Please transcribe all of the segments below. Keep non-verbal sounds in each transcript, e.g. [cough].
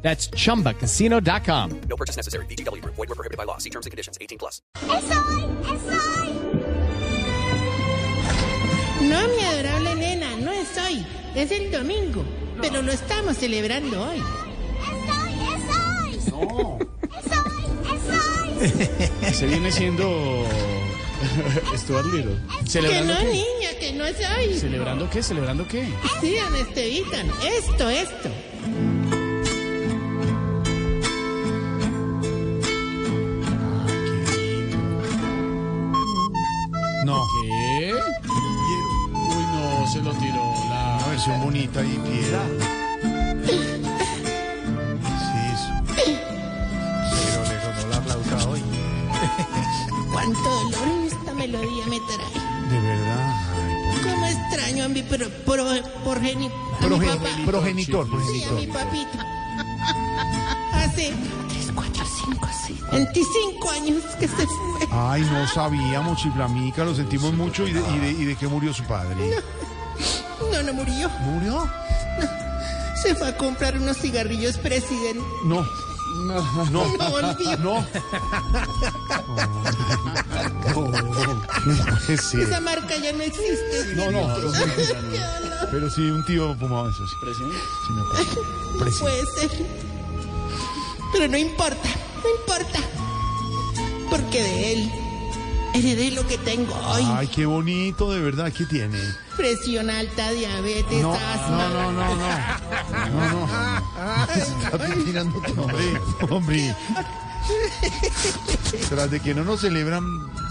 That's chumbacasino.com. No purchase necessary. BGW. Void were prohibited by law. See terms and conditions. 18 plus. ¡Esoy! ¡Esoy! No, mi adorable nena, no es hoy, es el domingo, pero lo estamos celebrando hoy. ¡Esoy! ¡Esoy! No, ¡Esoy! ¡Esoy! ese viene siendo [laughs] Stuart Little. Que ¿Celebrando no, qué? niña, que no es hoy. ¿Celebrando qué? ¿Celebrando qué? Sí, don Estevitan, esto, esto. No. ¿Qué? Uy, no, se lo tiró la... Una versión bonita y piedra. Sí, eso. Pero le sonó la flauta hoy. Cuánto dolor esta melodía me trae. De verdad. Cómo extraño a mi pro, pro, porgeni- a mi papá. Progenitor, progenitor, Sí, a mi progenitor. papito. [laughs] Hace 3, 4, 5, 6, 25 años que se fue. Ay, no sabíamos, chiflamica, lo sentimos mucho. ¿Y de, y de- y de qué murió su padre? No, no murió. ¿Murió? Se fue a comprar unos cigarrillos, presidente. No. No. [laughs] [laughs] No volvió. No. No puede ser. Esa marca ya no existe. [laughs] No, no, pero, sí- Qué dolor. pero sí, un tío fumaba eso, sí. Sí, me acuerdo. Presi. Puede ser. Pero no importa, no importa. Porque de él heredé lo que tengo hoy. Ay, qué bonito, de verdad, ¿qué tiene? Presión alta, diabetes, No, asma. no, no, no, no. No, no. Está tirando tu hombre. Hombre. Tras de que no nos celebran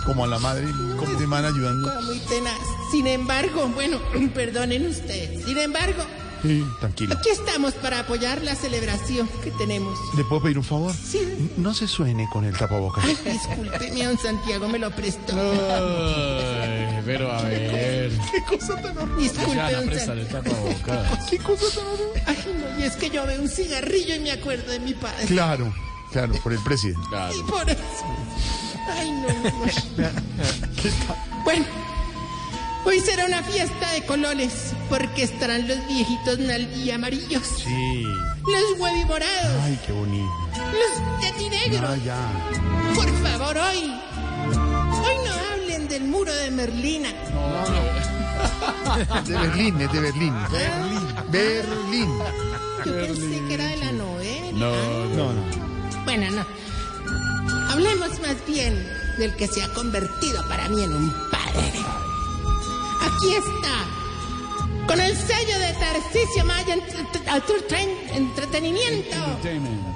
como a la madre, como te van ayudando. Estaba Muy tenaz. Sin embargo, bueno, [clears throat] perdonen ustedes. Sin embargo, Sí, tranquilo. aquí estamos para apoyar la celebración que tenemos. ¿Le puedo pedir un favor? Sí. No se suene con el tapabocas. Ay, discúlpeme, don Santiago me lo prestó. Ay, pero a ver... Qué cosa tan horrible. Se Disculpe, van a don prestar Santiago. el tapabocas. Qué cosa tan horrible. Ay, no, y es que yo veo un cigarrillo y me acuerdo de mi padre. Claro, claro, por el presidente. Claro. Y por eso. Ay, no, no, no. Bueno, hoy será una fiesta de colores, porque estarán los viejitos naldi amarillos, Sí. los hueviborados, Ay, qué bonito. los tetinegros. Ah, ya. Por favor, hoy. Hoy no hablen del muro de Merlina. De Berlín, es de Berlín. Berlín. Berlín. Yo pensé que era de la novela. No, no. No, no. Bueno, no. Hablemos más bien del que se ha convertido para mí en un padre. Aquí está, con el sello de Tarcisio Maya Entre- Entre- Entretenimiento. Entertainment.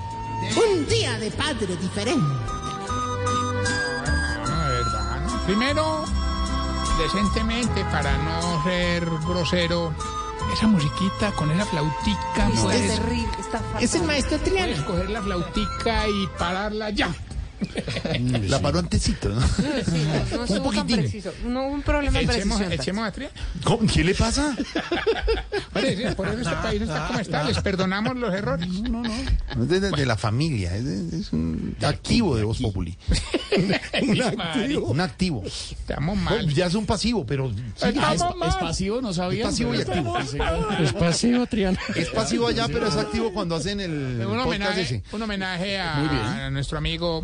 Un día de padre diferente. No, de verdad, ¿no? Primero, decentemente, para no ser grosero, esa musiquita con esa flautica, Pues, puedes, Es el maestro puedes Triana. coger la flautica y pararla ya. La paró antecito, ¿no? Sí, no, no estuvo tan preciso. No hubo un problema de Echemos, precisión. Tati. echemos a Triana. ¿Cómo? ¿Qué le pasa? Vale, sí, Por eso este país está como está, les perdonamos los errores. No, no. Es de, de- de la familia, es, de- es un activo de Voz [laughs] Populi. un activo. Un activo. Estamos Bueno, mal. ya es un pasivo, pero sí, Ah, es, es, es pasivo, no sabía. Es pasivo y activo. Es pasivo, [laughs] Triana. es pasivo allá, pero es activo cuando hacen el Un podcast homenaje, ese. un homenaje Muy a, bien. a nuestro amigo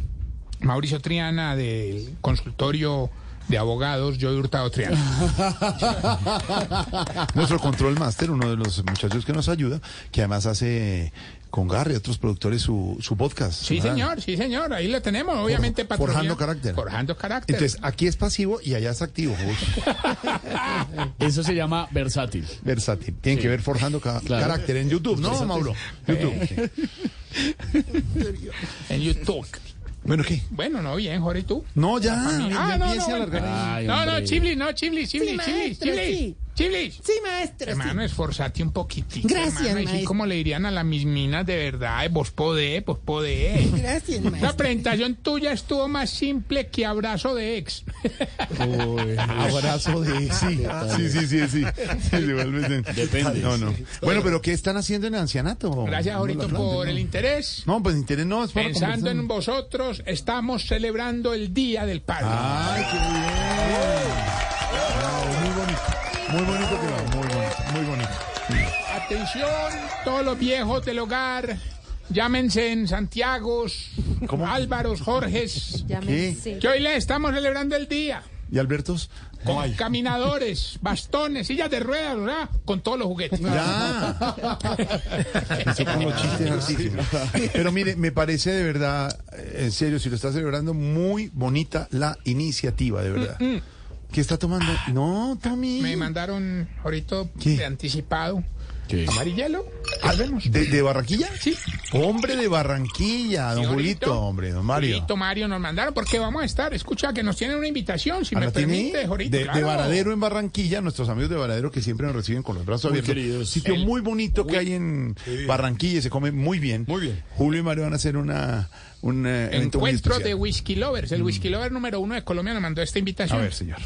Mauricio Triana del consultorio de abogados Joy Hurtado Triana. Ah. Nuestro control master, uno de los muchachos que nos ayuda, que además hace con Garry y otros productores su, su podcast. Sí, ¿verdad? señor, sí, señor. Ahí la tenemos, obviamente. patrocinado- forjando carácter. Forjando carácter. Entonces, aquí es pasivo y allá es activo. [laughs] Uy, Eso se llama versátil. versátil. Tienen que ver forjando ca- Claro. carácter en YouTube, ¿no, Mauro? Eh. YouTube. en YouTube. Bueno, ¿qué? [laughs] Bueno, no, bien, Jorge, ¿y tú? No, ya. Ah, ya no, empiece no, a bueno. alargar. Ay, no, no, hombre. Chibli, no, Chibli, Chibli, Chibli, maestro, Chibli. sí. Pues Chilis. Sí, maestro. sí. Hermano, esforzate un poquitito. Gracias, hermano, y sí, maestro. como le dirían a las misminas de verdad, eh, vos podés, vos podés. [laughs] Gracias, La maestro. presentación tuya estuvo más simple que abrazo de ex. [laughs] Abrazo de Ah, Sí, sí, sí, sí, sí. Sí, se vuelve- Depende. No, no. Bueno, pero ¿qué están haciendo en el ancianato? Gracias, No, Jorito, la Fran, por no. el interés. No, pues interés no, es para Pensando conversar. en vosotros, estamos celebrando el Día del Padre. Ay, qué bien. Bravo, muy bonito. Muy bonito que va, muy bonito, muy bonito. Atención, todos los viejos del hogar. Llámense en Santiago, Álvaros, Jorges, Ya ¿Qué? me sé. que hoy le estamos celebrando el día. ¿Y Albertos? Con [laughs] caminadores, bastones, sillas de ruedas, ¿verdad? Con todos los juguetes. [laughs] Ya. Eso con los chistes artísticos. Pero mire, me parece de verdad, eh, en serio, si lo está celebrando, muy bonita la iniciativa, de verdad. ¿Qué está tomando? No, Tommy. Mm, Ah. Me mandaron ahorita ¿Qué? de anticipado. ¿Qué? Amarillelo. Volvemos. ¿De, de Barranquilla? Sí. Hombre de Barranquilla, don Jorito. Julito, hombre, don Mario. Jorito, Mario nos mandaron porque vamos a estar. Escucha que nos tienen una invitación, si Ah, me ¿la tiene? permite, Jorito. de, de claro. Varadero en Barranquilla, nuestros amigos de Varadero que siempre nos reciben con los brazos Muy abiertos. queridos. Sitio El- muy bonito que hay en Barranquilla, y se come muy bien. Muy bien. Julio y Mario van a hacer una, un eh, evento muy Encuentro especial. de whisky lovers. El whisky lover número uno de Colombia nos mandó Mm. esta A invitación. ver, señor.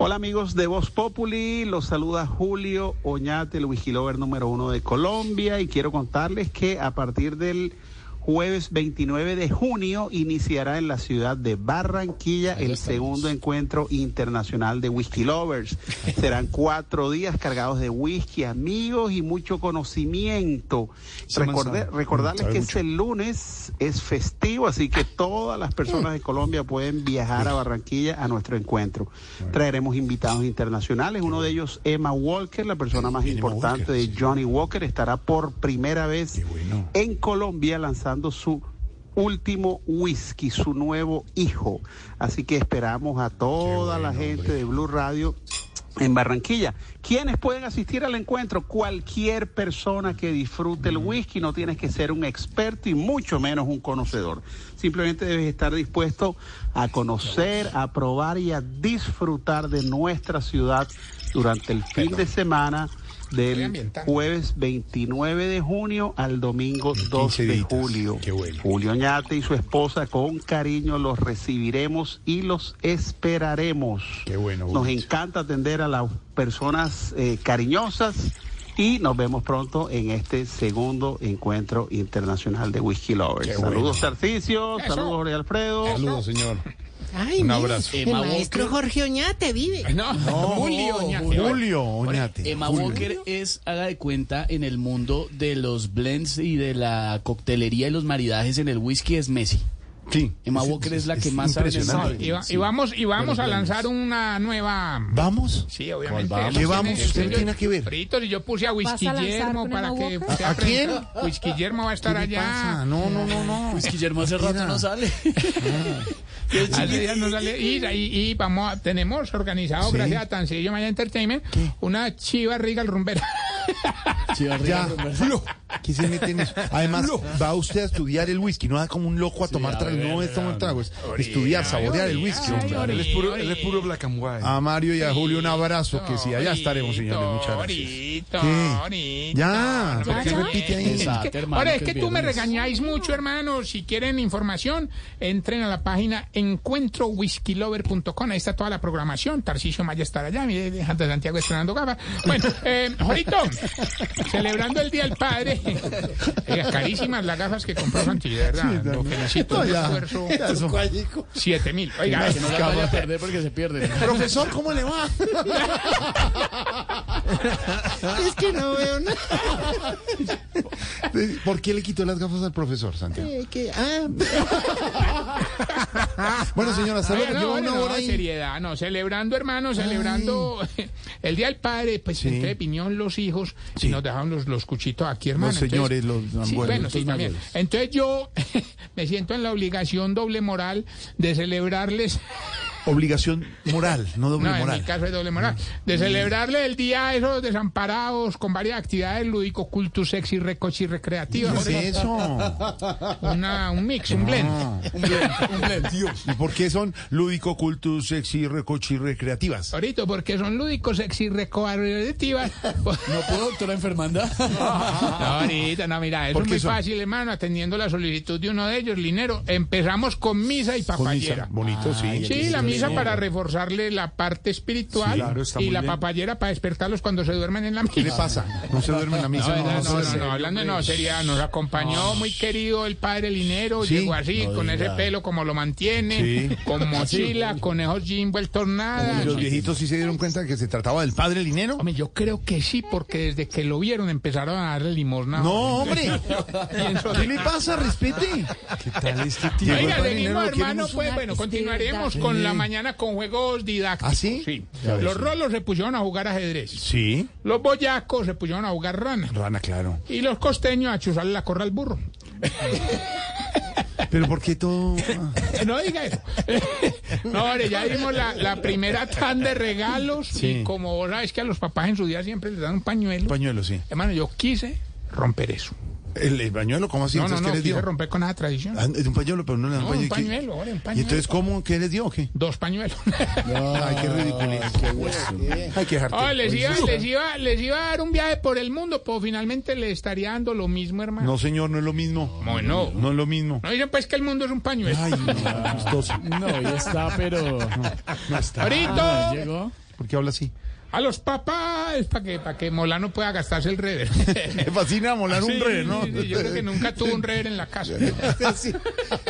Hola amigos de Voz Populi, los saluda Julio Oñate, el Wikilover número uno de Colombia y quiero contarles que a partir del jueves 29 de junio iniciará en la ciudad de Barranquilla el segundo encuentro internacional de Whisky Lovers. Serán cuatro días cargados de whisky, amigos y mucho conocimiento. Recordé- recordarles Sabe que mucho. este lunes es festivo, así que todas las personas de Colombia pueden viajar a Barranquilla a nuestro encuentro. Traeremos invitados internacionales, uno de ellos Emma Walker, la persona más Emma importante Walker, de Johnny Walker, estará por primera vez Qué bueno. en Colombia lanzando su último whisky, su nuevo hijo. Así que esperamos a toda la gente de Blue Radio en Barranquilla. ¿Quiénes pueden asistir al encuentro? Cualquier persona que disfrute el Mm. whisky, no tienes que ser un experto y mucho menos un conocedor. Simplemente debes estar dispuesto a conocer, a probar y a disfrutar de nuestra ciudad durante el fin de semana Estoy del ambientando. jueves 29 de junio al domingo 2 15 de días. julio. Qué bueno. Julio Ñate y su esposa con cariño los recibiremos y los esperaremos. Qué bueno, Nos Julito. encanta atender a las personas eh, cariñosas y nos vemos pronto en este segundo encuentro internacional de Whisky Lovers. Qué bueno. saludos, Tarcicio. Eso. Saludos, Jorge Alfredo. Saludos, señor. Ay, Un mire, abrazo. El Emma maestro Walker. Jorge Oñate vive. No, [laughs] Julio, Oñate. Julio, Oñate. Emma Julio. Walker es, haga de cuenta, en el mundo de los blends y de la coctelería y los maridajes en el whisky es Messi. Sí. Emma Walker es la que más sabe en el impresionante. mundo. Y, va- y vamos, y vamos Buenos a planes. lanzar una nueva. ¿Vamos? Sí, obviamente. ¿Cuál vamos? Eso ¿Qué vamos? tiene- Usted no yo- tiene que ver. Fritos, y yo puse a ¿Vas a Whisky lanzar Guillermo con para Emma que. Walker? se ¿A- a quién? aprenda. Whisky Guillermo va a ¿Qué estar le allá. pasa? No, no, no, no. Whisky Guillermo hace Mira. rato no [laughs] sale. Así ya nos sale- y, y- y vamos a- tenemos organizado, Sí. gracias a Tancillo Maya Entertainment, una chiva riga al rumbera. Ya, Flo, ¿qué se mete en eso? Además, va usted a estudiar el whisky, no da como un loco a tomar tragos, no es tomar tragos, estudiar, saborear el whisky. Ay, hombre. Ori, Ori. black and white. A Mario y a Julio un abrazo, que sí, allá estaremos, señores, muchas gracias. Orito, ¿Qué? orito. Ya, No, ¿por qué ya. repite ahí? Exacto. Es que- hermano, ahora es que que es tú me viernes. regañáis mucho, hermano. Si quieren información, entren a la página encuentrowhiskylover.com. Ahí está toda la programación. Tarcisio Maya estará allá. Mire, de Santiago estrenando gafas. Bueno, [laughs] eh, Jorito, celebrando el Día del Padre. Oiga, carísimas las gafas que compró Santi, de verdad. Lo felicito. No, Un ya. esfuerzo. Ya, eso. Siete mil. Oiga, Que no la vaya a perder porque se pierde. Profesor, ¿cómo le [laughs] va? Es que no veo nada. ¿Por qué le quitó las gafas al profesor, Santiago? Eh, que- ah, [laughs] Bueno, señora, hasta Oiga, luego. Lleva no, una no, hora no, ahí. seriedad, no, celebrando, hermano, celebrando [laughs] el Día del Padre, pues Sí. en qué opinión los hijos, si nos dejaron los, los cuchitos aquí, hermano. Los señores, los sí, abuelos, bueno, sí, los también. mayores. [laughs] Entonces yo me siento en la obligación doble moral de celebrarles [laughs] obligación moral, no doble No, en moral. Mm. mi caso es doble moral. De celebrarle el día a esos desamparados con varias actividades lúdico, culto, sexy, recochi, ¿Qué recreativas. es eso? Una, un mix, un blend. un ¿Y por qué son lúdico, cultus, sexy, recochi, recreativas? Ahorita, porque son lúdicos, [laughs] sexy, recreativas. ¿No puedo, doctora enfermanda? No, ahorita, no, mira, eso ¿Por es qué muy son? fácil, hermano, atendiendo la solicitud de uno de ellos, Linero. Empezamos con misa y Con misa. papallera. Bonito, sí. Sí, la misa para reforzarle la parte espiritual Sí, claro, está y muy la bien. papallera para despertarlos cuando se duermen en la ¿Qué le misa. pasa? No se duerme en la misa. No, no, no, no, se- no, hablando de no sería, nos acompañó muy querido el padre Linero, Sí. llegó así, No con ese diga. pelo como lo mantiene, Sí. [laughs] con mochila, conejos Jim vueltos nada. Y los viejitos sí se dieron cuenta que se trataba del padre Linero. Hombre, yo creo que sí, porque desde que lo vieron empezaron a darle limosna. No, hombre. Pienso ¿Qué le pasa? Respete. ¿Qué tal este tío? Oiga, seguimos, hermano, pues bueno, continuaremos con la mañana con juegos didácticos. ¿Ah, sí? Ya ves. Los rolos se pusieron a jugar ajedrez. Sí, Los boyacos se pusieron a jugar rana. rana, claro. Y los costeños a chuzarle la corra al burro. Pero ¿por qué todo...? Ah. Eh, No diga eso. [laughs] No, hombre, ya dimos la, la primera tanda de regalos. Sí. Y como vos sabes que a los papás en su día siempre les dan un pañuelo. Pañuelo, sí. Hermano, yo quise romper eso. ¿El, el pañuelo? ¿Cómo así? No, no, Entonces, no, ¿qué les quise dio? romper con esa tradición. Ah, es Un pañuelo, pero no le dan No, pañuelo. un ¿Y qué- pañuelo, ahora un ¿Y pañuelo. entonces cómo? ¿Qué les dio o qué? [laughs] Dos pañuelos. Ay, Ah, qué ridículo. Hay que dejarte. pues. Oh, les, iba, les, iba, les iba a dar un viaje por el mundo, pero finalmente le estaría dando lo mismo, hermano. No, señor, no es lo mismo. Bueno. No es lo mismo. No dicen pues que el mundo es un pañuelo. Ay, [laughs] no, gustoso. No, ya está, [laughs] pero... No está. Ahorita ¿Llegó? ¿Por qué habla [laughs] así? a los papás para que, pa' que Molano pueda gastarse el rever. Me fascina molar un Sí, re, ¿no? sí, sí, yo creo que nunca tuvo un rever en la casa.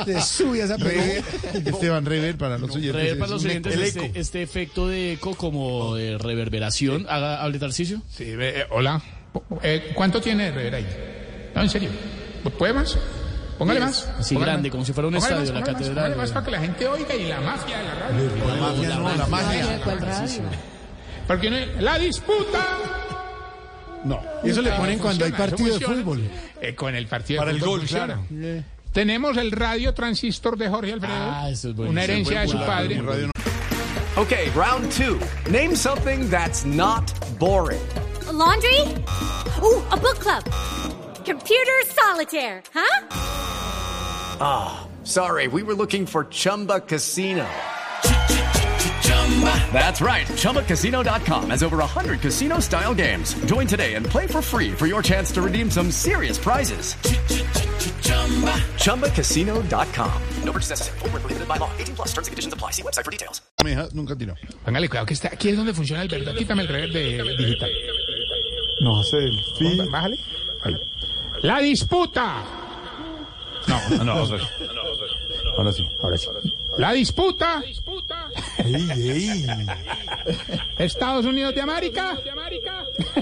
Te sube esa Rever. Esteban Rever para los oyentes. Traer es para los un- oyentes el este, eco. este efecto de eco como de reverberación. Haga, hable Tarcicio. Sí, ve, eh, hola. Po- eh, ¿Cuánto tiene de rever ahí? No, en serio. ¿Pu- ¿Puede más? Póngale más. Así Póngale grande, más. como si fuera un Póngale estadio, más, la póngale más, catedral. póngale más para que la gente oiga y la mafia de la radio. La magia, no, la magia. ¿Cuál radio? Porque uno- la disputa. No. Eso le ponen cuando hay partido de fútbol. Eh, con el partido Para de el gol, fútbol funciona. claro. Tenemos el radio transistor de Jorge Alfredo. Ah, eso es buenísimo. una herencia de su padre. Okay, round two. Name something that's not boring. A [laughs] laundry? Ooh, a book club. Computer solitaire, huh? Sorry, we were looking for Chumba Casino. That's right. ChumbaCasino.com has over 100 casino style games. Join today and play for free for your chance to redeem some serious prizes. ChumbaCasino.com. No purchase necessary. Void where prohibited by law. 18 plus terms and conditions apply. See website for details. Nunca tiró. Póngale cuidado que está, aquí es donde funciona el verdad. Quítame el rever de digital. No, hace el Ponga- Bájale. Ahí. La disputa. No, no, ahora sí. Ahora sí. Ahora sí. La disputa. Estados Unidos de América.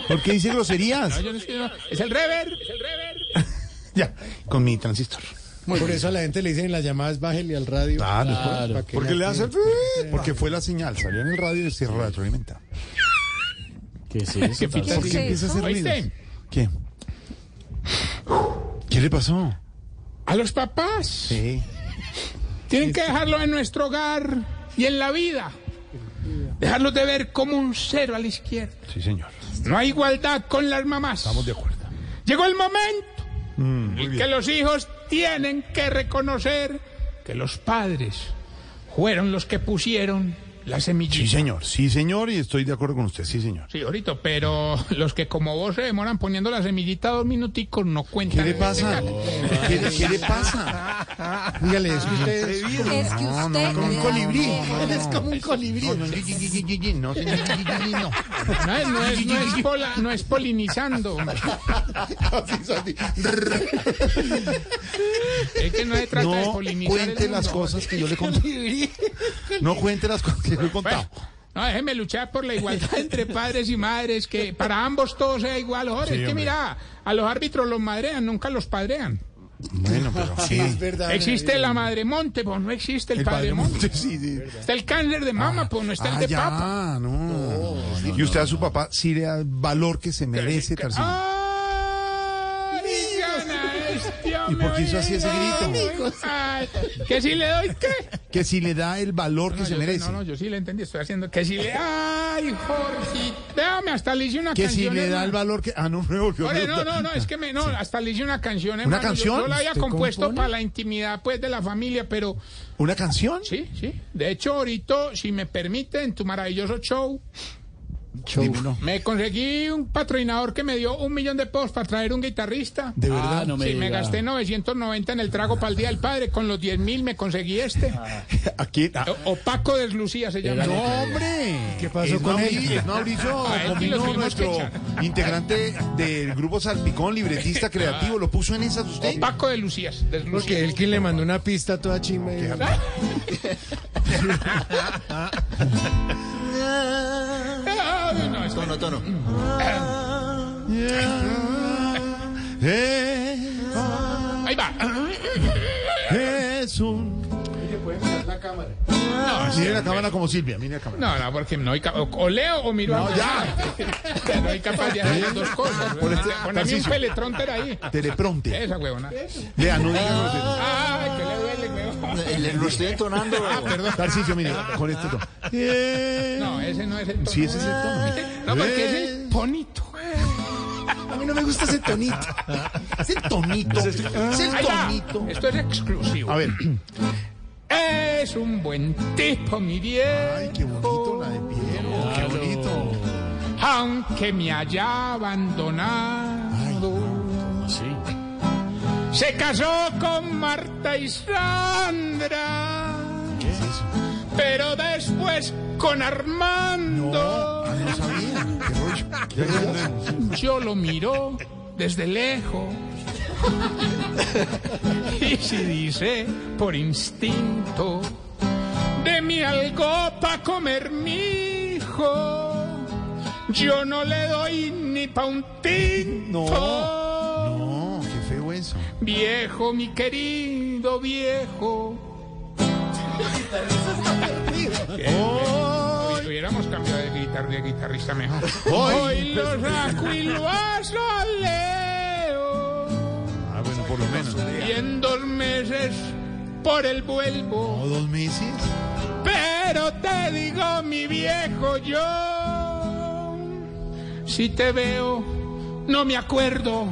¿Por qué dice groserías? Yo no sé, no. Es el rever. Es el rever. Ya, con mi transistor. Por eso a la gente le dicen en las llamadas, bájele al radio. Claro, para que Porque la le hace el tiene. pi, Porque fue la señal. Salió en el radio y se retroalimenta. ¿Qué es eso? ¿Qué ficha Tarcisio? es empieza a eso? hacer ¿Oíste? ruidos? ¿Qué? ¿Qué le pasó? A los papás. Sí. Tienen que dejarlo en nuestro hogar y en la vida. Dejarlos de ver como un cero a la izquierda. Sí, señor. No hay igualdad con las mamás. Estamos de acuerdo. Mm, Llegó el momento en que los hijos tienen que reconocer que los padres fueron los que pusieron la semillita. Sí, señor. Sí, señor. Y estoy de acuerdo con usted. Sí, señor. Sí, ahorita, pero los que como vos se demoran poniendo la semillita dos minuticos no cuentan. ¿Qué le pasa? ¿Qué le, qué le pasa? Dígale, es que usted es como- Es que No, no, usted... no, le un da colibrí. miedo. Es como un colibrí. No, no, yi, yi, yi, yi, yi, no, señor, yi, yi, yi, no. No es, no es- no es pola- no es polinizando. Es que no se trata de No polinizar. el cuente las mundo. cosas que yo le [laughs] conté. No cuente las cosas que yo le he contado. Bueno, no, déjeme luchar por la igualdad entre padres y madres, que para ambos todo sea igual. Jorge, es que hombre. mira, a los árbitros los madrean, nunca los padrean. Bueno, pero sí. Es verdad. Existe la madre monte, pues no existe el, El padre padre monte. Montes, sí, sí. Está el cáncer de mama, pues no está el Ah, de ya, papa. Oh, no. Y usted a su papá sí le Ah, da el valor que se merece, Tarcillo. ¡Ay, gana este ¿Y por qué hizo así ese grito? ¿Que si le doy qué? Que si le da el valor que No, se yo- merece. No, no, yo sí le entendí, estoy haciendo que si le... ¡Ay, Jorge! Déjame, hasta le hice una Que si canción. le da el hermano. valor que. Ah, no, me volvió. Oye, no, loco. no, no, es que me, no, hasta le hice una canción, ¿Una canción? Yo, yo la había ¿Usted compuesto compone? para la intimidad, pues, de la familia, pero... ¿Una canción? Sí, sí. De hecho, ahorita, si me permite, en tu maravilloso show, Dime, no. me conseguí un patrocinador que me dio un millón de pesos para traer un guitarrista. De verdad. Ah, no me sí, me diga. gasté 990 en el trago para el Día del Padre. Con los 10 mil me conseguí este. ¿A quién? Ah, O- Opaco de Lucía se llama. Era no, lo que- hombre. ¿Qué pasó con él? Es Mauricio A él sí Comino, lo tuvimos que nuestro echar. integrante del grupo Salpicón, [laughs] libretista creativo. ¿Lo puso en esas usted? Opaco de Lucías. de Lucías. Porque él quien le mandó una pista toda chimba. y- [laughs] Ay, Ah, no, es- Eh, Ahí va. Es un. Mire la cámara como Silvia, mire la cámara. No, no, porque no hay ca- o, o leo o miro a No, ya. [laughs] No hay capaz de hacer las dos cosas. Por este- Poneme un Tarcisio. peletronter ahí. Teleprompter. Esa huevona. Lea, no diga groserías. Ay, que le duele, huevón. Ah, Lo estoy entonando. Ah, perdón. Tarcisio, mire, con este tono. [laughs] No, ese no es el tono. Sí, ese es el tono. No, porque ese es Eh. el tonito. A mí no me gusta ese tonito. Ese tonito. Ese Ahí va. tonito. Esto es exclusivo. A ver. Es un buen tipo, mi viejo. Ay, qué bonito la de Piero. Qué bonito. aunque me haya abandonado. Se casó con Marta y Sandra, es eso? pero después con Armando. Ah, no sabía. Qué rollo. Yo lo miró desde lejos. y si dice por instinto, de mí algo pa' comer, mijo. Yo no le doy ni pa' un tinto. No, qué feo eso. Viejo, mi querido viejo. Oh, Hoy hubiéramos cambiado de guitar- de guitarrista mejor. Hoy. Hoy los rasco y los leo. Ah, bueno, por lo menos. Y en dos meses por el vuelvo. ¿O dos meses? Pero te digo, mi viejo, yo. Si te veo, no me acuerdo.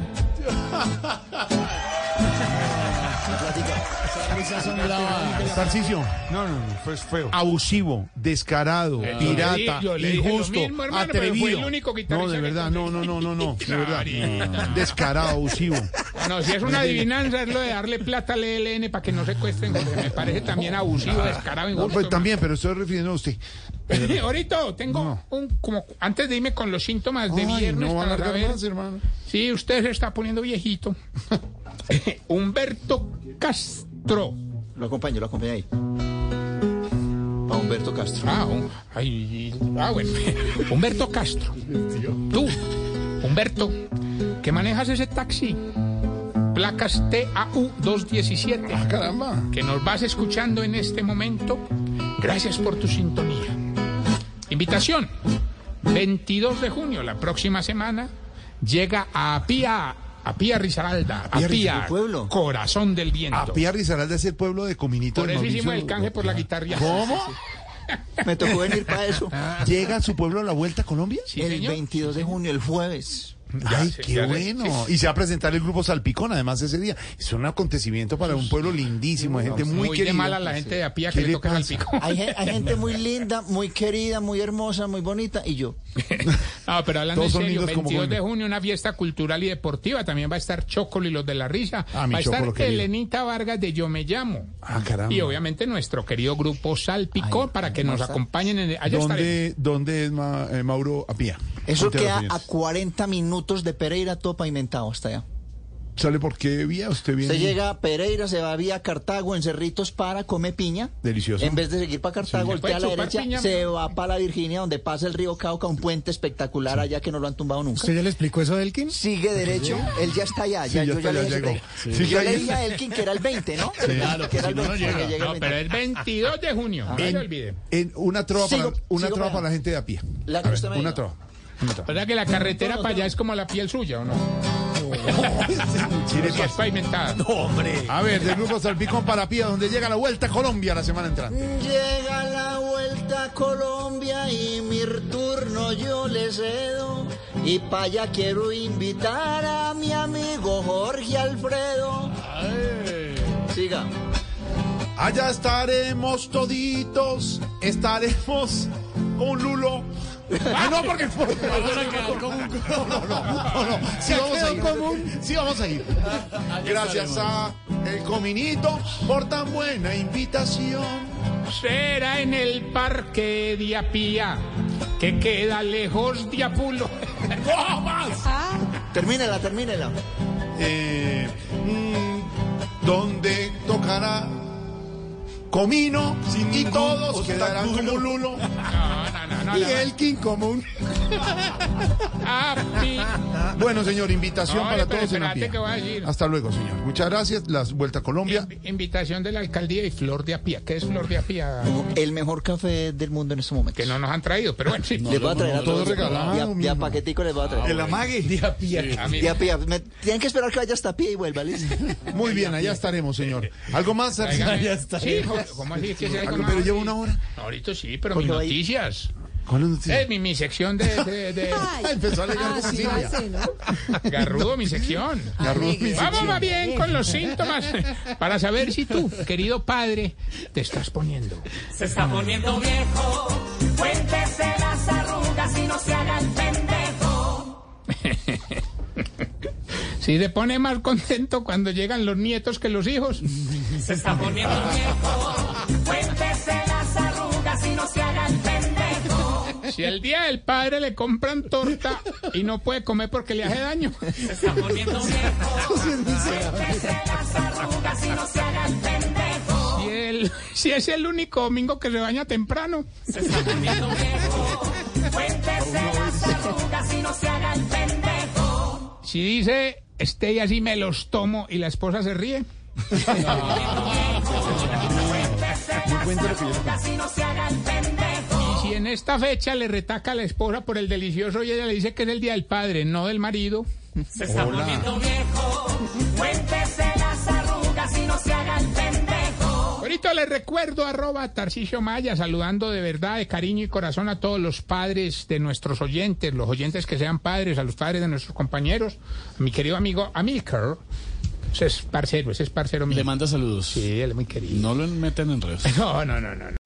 Tarcicio. No, no, no, fue feo. Abusivo, descarado, pirata, Eh, yo le dije lo injusto, mismo, hermano, pero atrevido. fue el único guitarrista no, de que verdad, no, no, no, no, no, de verdad. Clarita. Descarado, abusivo. No, si es una adivinanza, es lo de darle plata al ELN para que no secuestren. porque Me parece también abusivo, descarado, No, injusto. pues también, pero estoy refiriendo a usted. Ahorita tengo un. como Antes de irme con los síntomas de Ay, viernes no va a para alargar saber más, hermano. Sí, usted se está [laughs] poniendo viejito. Humberto Castro. Lo acompaño, lo acompaño ahí. A Humberto Castro. Ah, un- ay, ah, bueno. [laughs] Humberto Castro. Tú, Humberto, que manejas ese taxi. Placas TAU 217. Caramba. que nos vas escuchando en este momento, gracias por tu sintonía. Invitación, 22 de junio, la próxima semana, llega a Apía, Apía Rizaralda, Apía Apía, Rizal, pueblo. corazón del viento. Apía Rizaralda es el pueblo de Cominito. Por de eso hicimos Mauricio. el canje por la guitarra. ¿Cómo? [laughs] Me tocó venir para [laughs] eso. ¿Llega a su pueblo a la vuelta a Colombia? Sí, El señor. 22 de junio, el jueves. Ay, sí, qué ya sé, bueno. Y se va a presentar el grupo Salpicón, además, ese día. Es un acontecimiento para un pueblo lindísimo, de gente muy, Muy, querida. de mala la gente de Apía ¿Qué que le le toca al pasa? pico. Hay, gen- [laughs] hay gente muy linda, muy querida, muy hermosa, muy bonita. Y yo. [laughs] No, pero hablando Todos en son serio, lindos como 22 de Goyo. junio, una fiesta cultural y deportiva. También va a estar Chocolo y los de la risa. Ah, mi va a estar Chocolo querido. Elenita Vargas de Yo Me Llamo. Ah, caramba. Y obviamente nuestro querido grupo Salpicón Ay, para que nos hermosa. acompañen. En, allá estaremos. ¿Dónde, dónde es Ma- eh, Mauro Apía? Eso Ponte queda los a pies. 40 minutos de Pereira, todo pavimentado hasta allá. ¿Sale por qué vía? Usted viene. Usted llega a Pereira, se va vía Cartago, en Cerritos para, come piña. Delicioso. En vez de seguir para Cartago, Sí. voltea a la Puede chupar derecha, piña, se va para la Virginia, donde pasa el río Cauca, un puente espectacular allá que no lo han tumbado nunca. ¿Usted ya le explicó eso a Elkin? Sigue derecho, él ya está allá, ya, Sí, ya yo está ya le allá, dije, llegó. que- Sí. yo Sí, le ahí dije a Elkin que era el 20, ¿no? claro, que que era si el no, no 20, que llega. llega el No, 20. pero es 22 de junio. No lo olvide. En una trova, Sigo- para, una sigo trova para para la gente de a pie. La que usted me una diga. trova. Una trova. ¿Verdad que la carretera para allá es como la piel suya o no? [laughs] Tiene más pavimentada. No, hombre. pues. A ver, del grupo Salpicón para Pía, donde llega la Vuelta a Colombia la semana entrante. Llega la vuelta a Colombia y mi turno yo le cedo. Y para allá quiero invitar a mi amigo Jorge Alfredo. Siga. Allá estaremos toditos, estaremos con Lulo. Ah, no, porque fue. [laughs] No, no, no, no. Sí, vamos a ir. Sí, vamos a ir. Gracias a el Cominito por tan buena invitación. Será Pues en el parque de Apía, que queda lejos de Apulo. [laughs] ¡No más! Termínela, termínela. Eh, mm, donde tocará Comino y todos quedarán como [laughs] Lulo. No, no, no, no. Y la- el King Común. [laughs] Api. Bueno, señor, invitación Oye, para pero todos en Ah. espérate Apía. que voy a decir. Hasta luego, señor. Muchas gracias. Las Vuelta a Colombia. Invitación de la alcaldía y Flor de Apía. ¿Qué es Flor de Apía? El mejor café del mundo en este momento. Que no nos han traído, pero bueno, sí. les [laughs] voy a traer a todo todos. regalado, Ya- ya mijo. paquetico les voy a traer. amague. A mí- Ya, pía, me- tienen que esperar que vaya hasta pie y vuelva, ¿listo? Muy bien, allá estaremos, señor. ¿Algo más? Tráigame- Sarcillo? Sí, jo- ¿cómo así? Es que si hay Algo, con- pero lleva una hora. Pues Ahorita sí, pero mis Porque ahí- noticias. ¿Cuál es noticia? Es mi, mi sección de, de, de- [laughs] Empezó a alegar Ah, con sí, Silvia. hace, ¿no? Garrudo, mi sección. Garrudo, mi Vamos sección. más bien con los síntomas para saber si tú, querido padre, te estás poniendo. Se está poniendo viejo. Cuéntese las arrugas y no se haga el pendejo. Si te pone más contento cuando llegan los nietos que los hijos. Se está poniendo viejo. Cuéntese las arrugas y no se haga el pendejo. Si el día del padre le compran torta y no puede comer porque le hace daño. Se está poniendo viejo. Cuéntese las arrugas y no se haga el pendejo. Si, el- si es el único domingo que se baña temprano. Se está poniendo viejo. Cuéntese las arrugas y no se haga el pendejo. Si dice, este y así me los tomo y la esposa se ríe. Ah, Casi no se haga el pendejo. Si en esta fecha le retaca a la esposa por el delicioso y ella le dice que es el día del padre, no del marido. Se está poniendo viejo. Cuéntese las arrugas y no se haga el pendejo. Ahorita les recuerdo arroba Tarcisio Maya saludando de verdad, de cariño y corazón a todos los padres de nuestros oyentes, los oyentes que sean padres, a los padres de nuestros compañeros, a mi querido amigo Amilcar. Ese es parcero, ese es parcero mío. Le manda saludos. Sí, él es muy querido. No lo metan en redes. No, no, no, no. no.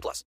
plus.